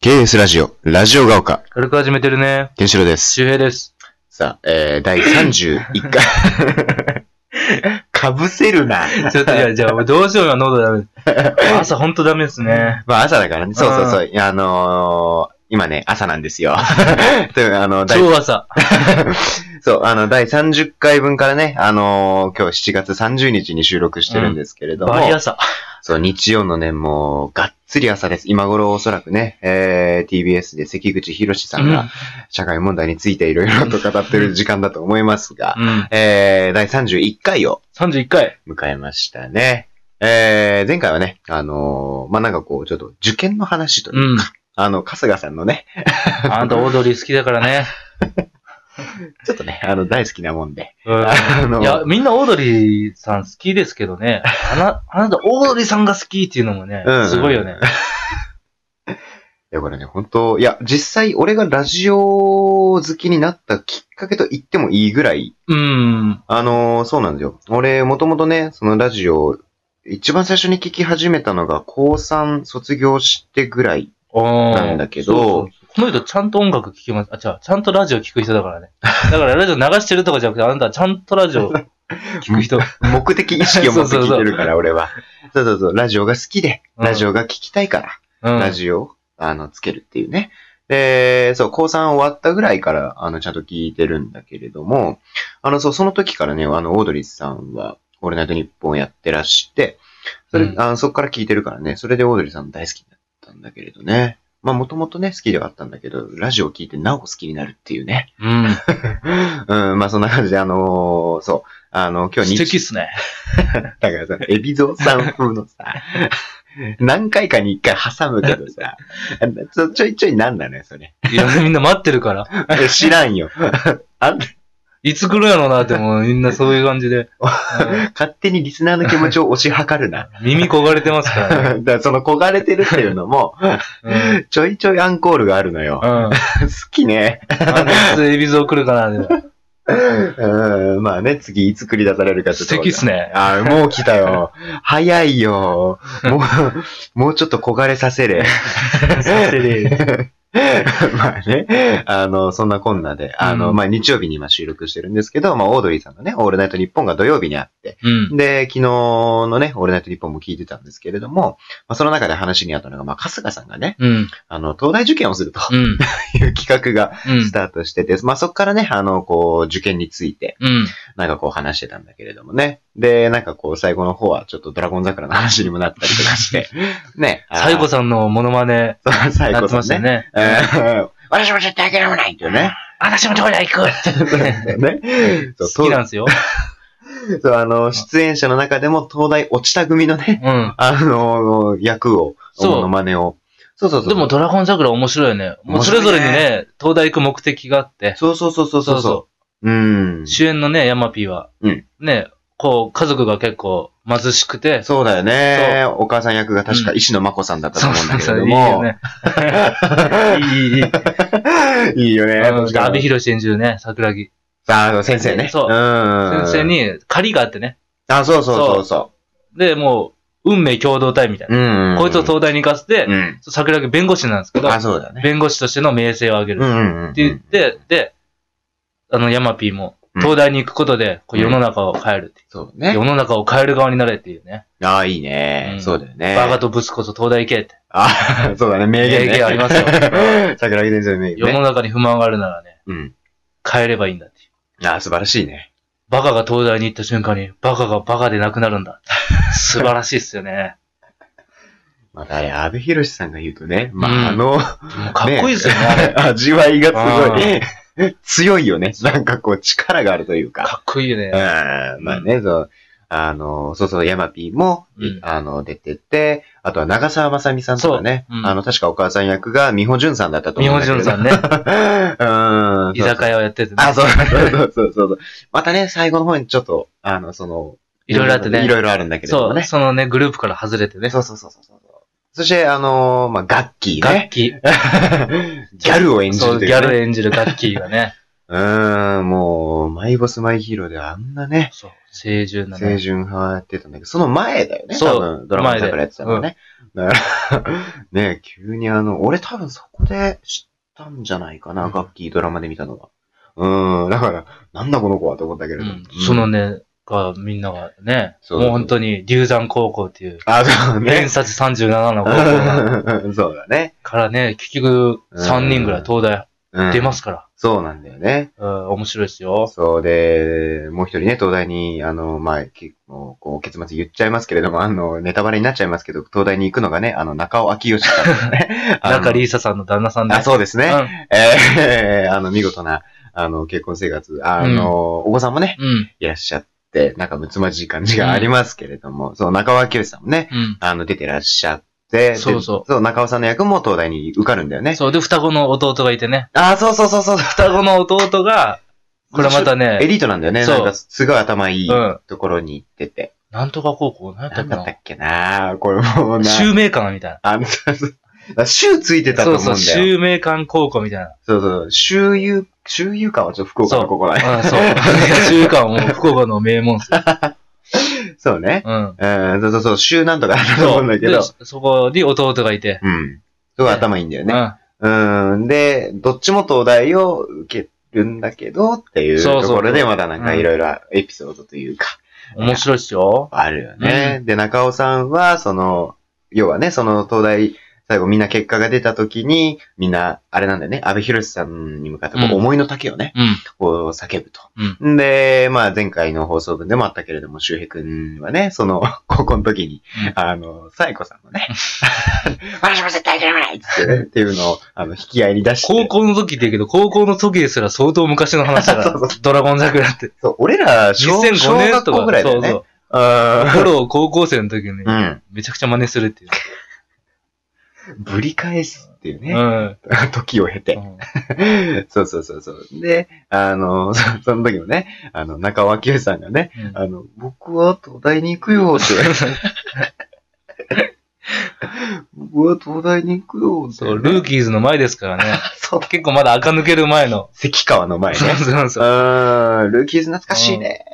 KS ラジオ、ラジオが丘、軽く始めてるね。ケンシロウです。周平です。さあ、えー、第31回。 かぶせるな。ちょっと、いや、じゃあ、どうしようよ、喉ダメです。朝ほんとダメですね。 まあ朝だからね。そうそうそう。あのー、今ね、朝なんです よ。というあの、第超朝。 そう、あの、第30回分からね、あのー今日7月30日に収録してるんですけれども、バリ朝。そう、日曜のね、もう、がっつり朝です。今頃おそらくね、えー、TBS で関口博さんうがん、社会問題についていろいろと語ってる時間だと思いますが、うん。えー、第31回を31回。迎えましたね。えー、前回はね、あのーまあ、なんかこう、ちょっと受験の話という、うん。あの、春日さんのね、あなたオードリー好きだからね。ちょっとね、あの、大好きなもんで、うあの ん。いや、みんなオードリーさん好きですけどね。あな、あなたオードリーさんが好きっていうのもねうん、すごいよね。いや、これね、本当いや、実際、俺がラジオ好きになったきっかけと言ってもいいぐらい、うん。あのーそうなんですよ。俺、もともとね、そのラジオ、一番最初に聞き始めたのが、高3卒業してぐらい。おーなんだけどそうそうこの人ちゃんと音楽聴きます。あ、違う。ちゃんとラジオ聴く人だからね。だからラジオ流してるとかじゃなくて、あなたはちゃんとラジオ聴 く人。目的意識を持って聞いてるから、俺は。そうそうそう、ラジオが好きで、うんラジオが聞きたいから、うんラジオを、あの、つけるっていうね。で、そう、高3終わったぐらいから、あの、ちゃんと聞いてるんだけれども、あの、そう、その時からね、あの、オードリーさんは、オールナイトニッポンやってらして、それ、うんあのそこから聞いてるからね、それでオードリーさん大好きになったんだけれどね。まあ、もともとね、好きではあったんだけど、ラジオを聞いてなお好きになるっていうね。うん。うん、まあ、そんな感じで、あのーそう、あの、今日素日敵っすね。だからさ、エビゾーさん風のさ、何回かに一回挟むけどさ、ちょちょいちょいなんなのよ、それ。いや、みんな待ってるから。知らんよ。あんいつ来るやろうなって、もうみんなそういう感じで。うん勝手にリスナーの気持ちを押し量るな。耳焦がれてますかだらね。からその焦がれてるっていうのも、うん。ちょいちょいアンコールがあるのよ。うん。好きね。あの、いつエビゾー来るかなで。うん、まあね、次いつ繰り出されるかちょっ素と。敵っすね。あもう来たよ。早いよ。もう、もうちょっと焦がれさせれ。 まあね、あの、そんなこんなで、あの、うんまあ日曜日に今収録してるんですけど、まあオードリーさんのね、オールナイト日本が土曜日にあって、うん。で、昨日のね、オールナイト日本も聞いてたんですけれども、まあその中で話にあったのが、まあ春日さんがね、うん。あの、東大受験をするとうん。いう企画がうんスタートしてて、まあそこからね、あの、こう、受験について、うん。なんかこう話してたんだけれどもね。で、なんかこう最後の方はちょっとドラゴン桜の話にもなったりとかして、ね。サイコささんのモノマネ、ん。最や後ってましさたんよね。ね。えー私も絶対諦めないっていう ね。私も東大行くね。そう、 好きな東んですよ。そうあの、出演者の中でも東大落ちた組のね、うん。あの、役を、そうモノマネを。そうそうそう。でも、ドラゴン桜面白いよね。もうそれぞれにね、東大行く目的があって。そうそうそうそうそう。そううん。主演のね、ヤマピーは、うんね、こう、家族が結構貧しくて、そうだよね。お母さん役が確か石野真子さんだったと思うんだけれどいいよも。ね。いい、いい、いい。 いいよね。確か阿部に。寛演じるね、桜木。あの、先生ね。そうん先生。に、借りがあってね。あ、そうそうそうそ。で、もう、運命共同体みたいうな。うん。こいつを東大に行かせてう、ん。桜木弁護士なんですけど、あ、そうだね。弁護士としての名声を上げる。うっんうんうん。て言って、で、あの、ヤマピーも、うん東大に行くことで、こううん世の中を変えるって。そうね世。の中を変える側になれっていうね。ああ、いいね、うんそうだよね。バカとブスこそ東大行けって。あ、 そうだね、名言、ね。名言ありますよ。 桜木先生の名言、世ね。の中に不満があるならね、うん。変えればいいんだっていう。ああ、素晴らしいね。バカが東大に行った瞬間に、バカがバカでなくなる んだ。素晴らしいっすよね。またあれ、安部寛さんが言うとね、まあ、うんあもうかっこいいっすよね、あれ。の、 味わいがすごい、 強いよね。なんかこう、力があるというか。かっこいいようね。ん、まあね、そう、あの、そうそう、ヤマピーも、うんあの、出てて、あとは長澤まさみさんとかね、そううんあの、確かお母さん役が美穂淳さんだったと美思うん穂だけど。潤さん ね。うん。居酒屋をやっててね。あ、そうそうそうそうそうそう。またね、最後の方にちょっと、あの、その、いろいろあってねいろいろあるんだけれどそもう、ね。そのね、グループから外れてね。そうそうそうそうそう。そして、あのーまあ、ガッキー楽ね。器。 ギャルを演じそるう、といギうね、 ャル演じる楽器がね。うーん、もう、マイボスマイヒーローであんなね、そう。清純な青ね。春派やってたんだけど、その前だよね、そう多分、ドラマの桜やってたのはね。だから、 ね、急にあの、俺多分そこで知ったんじゃないかな、うんガッキードラマで見たのは。うーん、だから、なんだこの子はと思ったけれうど。ん。そのね、が、みんながね、そうもう本当に、龍山高校っていう、あ、そうね偏。差値37の高校が そうだね。か らね、結局、3人ぐらい東大うん出ますかそうなんだよね。ら。うん、面白いですよ。。そうで、もう一人ね、東大に、あの、まあ、結構、こう、結末言っちゃいますけれども、あの、ネタバレになっちゃいますけど、東大に行くのがね、あの、中尾明義さんですね 中あ里依紗さんの旦那さんので。あ、そうですね。えー、あ の、見事な、あの、結婚生活、あの、お子さんもね、うん。うん。いらっしゃって、なんか睦まじい感じがありますけれども、そう、中尾明義さんもね、うん。あの、出てらっしゃって、でそうそうそう、中尾さんの役も東大に受かるんだよね。そう、で、双子の弟がいてね。あ、そうそうそうそう。双子の弟が、これまたエね、リートなんだよね。そうなんか、すごい頭いいうんところに行ってて。なんとか高校、何やったなっんけだったなっけなこれもうな。シューメーカーみたいあの、そうそう週ついてな。たと思うそうんだそう、よ。シそうューメーカー高校み たいな。そう。周遊、周遊感はちょっと福岡そうのここらへん。あそう。中華はもう福岡の名門っすよ。そうね。うん。うん、そうそうそう、週なんとかあったと思うんだけど。でそこに弟がいて。うん。すごい頭いいんだよね。ううん。で、どっちも東大を受けるんだけど、っていうそうとそうころで、まだなんかうんいろいろエピソードというか、ん。面白いっすよ。あるよね。で、中尾さんは、その、要はね、その東大、最後みんな結果が出た時に、みんな、あれなんだよね、安倍博さんに向かってこうんう思いの丈をね、うん。こう叫ぶと。うん。で、まあ前回の放送分でもあったけれども、周平くんはね、その、 高校の時に、あの、サイコさんのね、 私も絶対諦めないっつってね、っていうのを、あの、引き合いに出して。高校の時だけど、高校の時ですら相当昔の話だか そうら、ドラゴン桜って。そう、俺ら小、小2005年学と校かぐら、いだそようね。そう。あ頃を高校生の時ーにうん。めちゃくちゃ真似するっていう。ぶり返すっていううね、ん。時を経て。そうそうそうそう。で、あの、 そその時もね、あの、中尾明さんがね、うんあの、僕は東大に行くよ って、僕は東大に行くよって。そう、ルーキーズの前ですからね。そう結構まだ垢抜ける前 の。関川の前ね。 そうそううそう。ーん、ルーキーズ懐かしいね。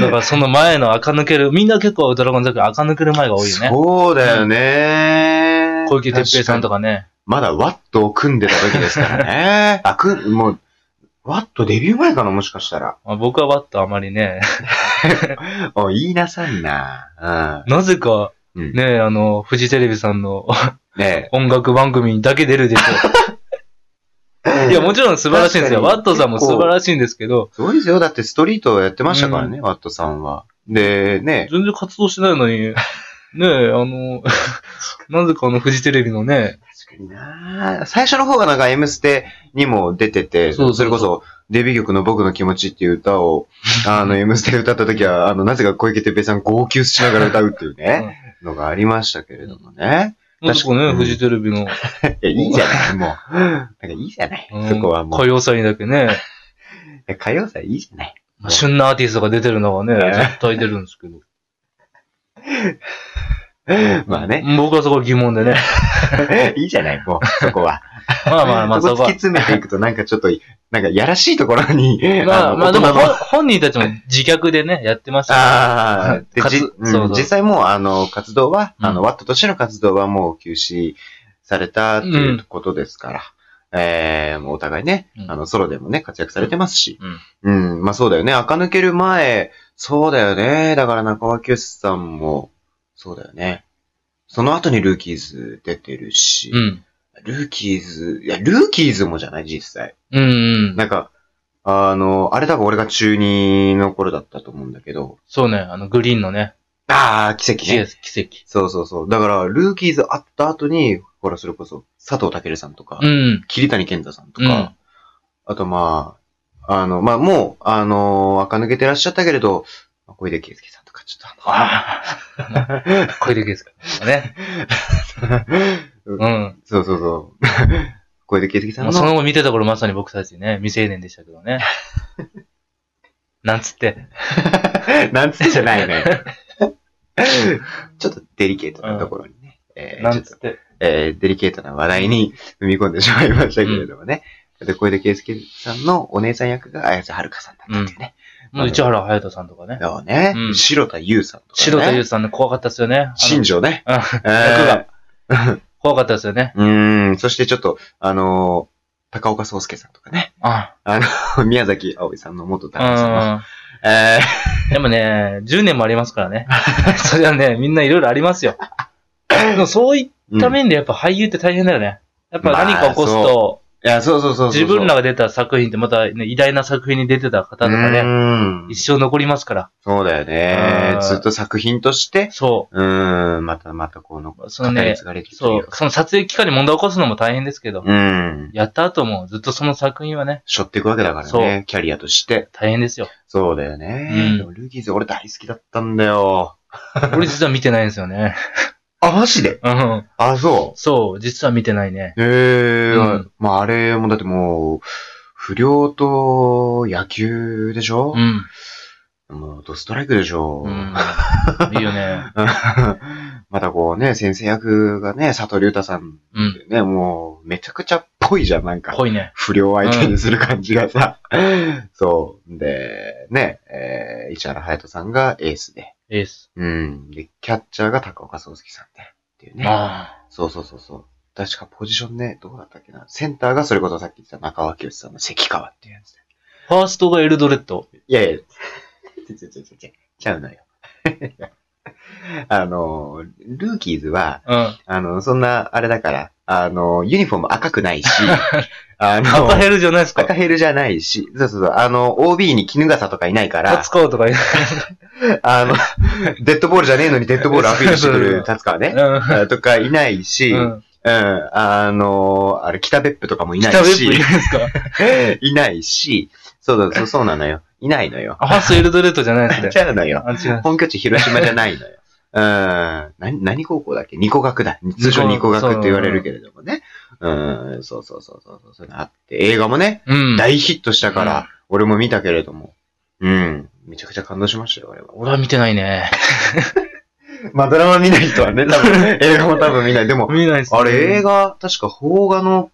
だからその前の垢抜ける、みんな結構ドラゴン桜垢抜ける前が多いよね。そうだよね。小池徹平さんとか。かね。まだワットを組んでた時ですから ね。あ、くん、もう、ワットデビュー前かな、もしかしたら。まあ、僕はワットあまりね、 おい、言いなさんな。なぜか、うん。うん、ね、あの、フジテレビさんの ね音楽番組にだけ出るでしょ。 え。いや、もちろん素晴らしいんですよ。確かワにットさんも素晴らしいんですけど、すごいですよ。だってストリートやってましたからね、ワットさんは。で、ね、全然活動してないのに、ね、あの、 なぜかあの、フジテレビのね、確かにな最初の方がなんか M ステにも出てて、そうそうそうそれこそデビュー曲の僕の気持ちっていう歌 を、あの M ステで歌った時は、あの、なぜか小池徹平さん号泣しながら歌うっていうね、のがありましたけれどもね。な確ぜかかね、にフジテレビの、いや、いいじゃない、もう。なんかいいじゃない、うんそこはもう歌。謡祭にだけね、いや歌謡祭いいじゃない。まあ旬なアーティストが出てるのがね、ね絶対出るんですけど。まあ ね、僕はそこ疑 問でね。いいじゃない、もう、そこは。 まあまあまあ、そそここ突はき。詰めていくとなんかちょっと、なんかやらしいところに、まあのまあ、で大も人の本本人たちも自虐でね、やってますから。ああ、で活じうんそうそう実際もう、あの、活動は、うんあの、ワットとしての活動はもう休止されたということですから、えーもうお互いね、うんあの、ソロでもね、活躍されてますし、うんうん、まあそうだよね、垢抜ける前、そうだよね、だから中川清さんも、そうだよね、その後にルーキーズ出てるし、うん。ルーキーズ、いや、ルーキーズもじゃない、実際。うんうん。なんか、あの、あれ多分俺が中2の頃だったと思うんだけど、そうね、あの、グリーンのね、ああ、奇跡奇ね。跡。奇跡そうそうそう。だから、ルーキーズあった後に、ほら、それこそ、佐藤健さんとか、うん。桐谷健太さんとうかん、。あとまあ、あの、まあもう、あのー、垢抜けてらっしゃったけれど、小出圭介さんとか、ちょっとあ あ。小出圭介さんね。あ の、うん。そうそうそう。 小出圭介さんまの、あその後見てた頃まさに僕たちね、未成年でしたけどね。なんつって。 なんつってじゃない ね。ちょっとデリケートなところにね。えーなちょんっとつって。えーデリケートな話題に踏み込んでしまいましたけれどもね。で、小出圭介さんのお姉さん役が綾瀬はるかさんだったっていうね。もう市原隼人さんとかね。そうねう。ん白田優さんとか、ね。白田優さん。さんの怖かったですよね。あの新庄ね。うんえ役ーが怖かったですよね。うーん。そしてちょっと、あのー高岡壮介さんとかね。 ああの、宮崎葵さんの元旦那さんの。うん。えーでもね、10年もありますから ね。それはね、みんないろいろありますよ。でもそういった面でやっぱ俳優って大変だよね。やっぱ何か起こすまあと、いや、そうそうそうそう。自分らが出た作品ってまた、ね、偉大な作品に出てた方とかうね、ーん一生残りますから。そうだよねう。んずっと作品として、そうーん、またまたこの、う。そ語のりね継、がれていくとそいうう、か。その撮影期間に問題を起こすのも大変ですけど、うん。やった後もずっとその作品はね、背負っていくわけだからそね。キャリアとして。大変ですよ。そうだよね。うんでもルーキーズ俺大好きだったんだよ。俺実は見てないんですよね。あ、マジでうん。あ、そそう、実は見てないね。う。ええうんまああれもだってもう、不良と野球でしょうん。もうドストライクでしょ、うん。いいよね。 またこうね、先生役がね、佐藤隆太さんうん。ね、もう、めちゃくちゃっぽいじゃん、なんか。濃いね。不良相手にする感じがさ。 そう。で、ね、えー、市原隼人さんがエースで。エース。うん。で、キャッチャーが高岡壮介さんで。っていうね。ああ。そうそうそうそう。確かポジションね、どうだったっけな。センターがそれこそさっき言ってた中脇義さんの関川っていうやつで。ファーストがエルドレッド。いやいや、ちゃちゃちゃちゃちゃうのよ。 あの、ルーキーズは、うん。あの、そんな、あれだから、あの、ユニフォーム赤く ないし、あアパの、ヘルじゃないですか赤。ヘルじゃないし、そうそうそう、あの、OB に衣笠とかいないから立、川とか言う。あの、デッドボールじゃねえのにデッドボールアピールしてくる立川ね、う。とかいないし、うん、うんん。あの、あれ、北別府とかもいな北いベップいしるん、ですか いないし、そうだ、そうそうなのよ。いないのよ。あファーストエルドレッドじゃないですねち。ゃうのよ。あ、違う。本拠地広島じゃないのよ。うん。何、何高校だっけ二高学だ。通称二二高高学って言われるけれどもね。うん、そうそうそうそうそう。そういうのあって、映画もね、うん。大ヒットしたから、うん俺も見たけれども。うん。めちゃくちゃ感動しましたよ、俺は。俺は見てないね。まあ、ドラマ見ない人はね、多分、 映画も多分見ない。でも、見ないっすね。あれ映画、確か邦画の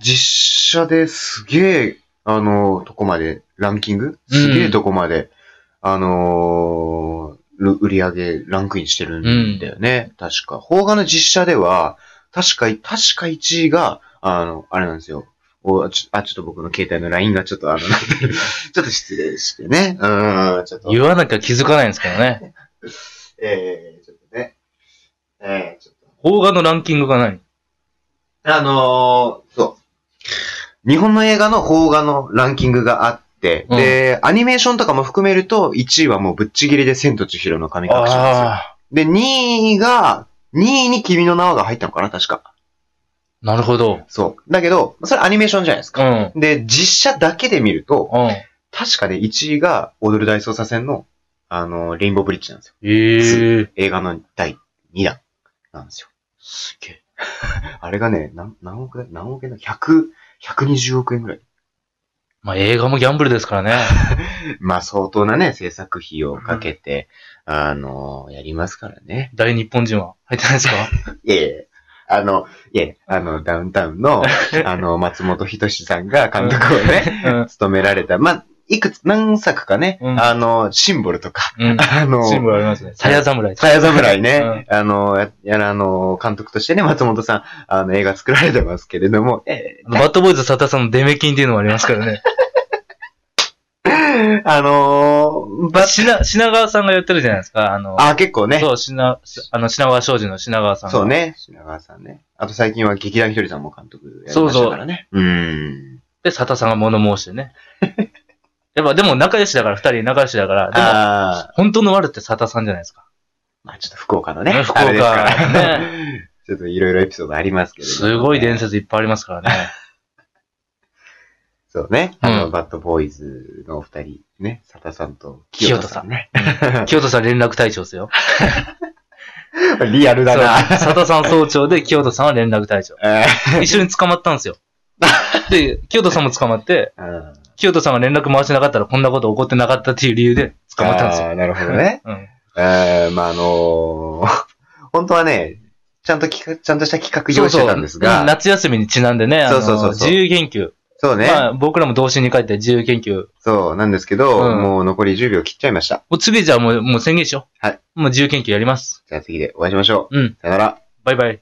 実写ですげえ、あの、とこまで、ランキングすげえとこまで、あのーる売り上げランクインしてるんだよね。確か。邦画の実写では、確か、確か1位が、あの、あれなんですよ。おちょあ、ちょっと僕の携帯の LINE がちょっとあの、 なんていうのちょっと失礼してね。うん、ちょっと。言わなきゃ気づかないんですけどね。えー、ちょっとね。えー、ちょっと。邦画のランキングが何あのーそう。日本の映画の邦画のランキングがあって、うんで、アニメーションとかも含めると、1位はもうぶっちぎりで千と千尋の神隠しなんああですよ。で、2位が、2位に君の名はが入ったのかな確か。ー。なるほど。そう。だけど、それアニメーションじゃないですうか。ん。で、実写だけで見ると、うん。確かね、1位が踊る大捜査線の、あの、レインボーブリッジなんですよ。ええ。映画の第2弾なんですよ。すげえ。 あれがね、なん何億円何億円だ ?100、120億円ぐらい。まあ映画もギャンブルです からね。まあ相当なね、制作費をかけて、あの、やりますからね。大日本人は入ってないですかいえいえ、あの、いえ、あの、ダウンタウン の、あの、松本人志さんが監督をね、うん務められた、まあ、いくつ、何作かね、うんあの、シンボルと か、うん。あの、チームありますね。サヤ侍。さや侍ね、うんあの、や、やら、あの、監督としてね、松本さん、あの、映画作られてますけれども、えバッドボーイズ佐田さんのデメキンっていうのもありますからね。ーあのー、ば、品、品川さんがやってるじゃないですか。あの、あ、結構ね、そう、品、あの、品川庄司の品川さんが。そう。ね。品川さんね。あと最近は劇団ひとりさんも監督やりそまうしそたうからね。うーん。で、佐田さんが物申してね。 やっぱ、でも仲良しだから、二人仲良しだから、でも、ああ。本当の悪って佐田さんじゃないですか。まあちょっと福岡のね。ね福岡あれですから。ね ちょっといろいろエピソードありますけれど、すごい伝。説いっぱいありますからね。そうね。あの、うんバッドボーイズのお二人、ね。佐田さんと清清田田ささんんね。 清田さん連絡隊長ですよ。 リアルだそうな。佐田さん総長で、清田さんは連絡 隊長。え一緒に捕まったんですよ。で、清田さんも捕まって、ーうん清田さんが連絡回してなかったらこんなこと起こってなかったっていう理由で捕まったんですよ。あーなるほどね。 うん。えー、まああのー 本当はね、ちゃんと企画、ちゃんとした企画用意してたんですそうそうが、夏休みにちなんでね、あそのうそうそうそう自由研究。そうね。まあ、僕らも同心に帰って自由研究。そう、なんですけど、うんもう残り10秒切っちゃいました。もう次じゃあもう、もう宣言しよう。はい。もう自由研究やります。じゃあ次でお会いしましょう。うん。さよなら。バイバイ。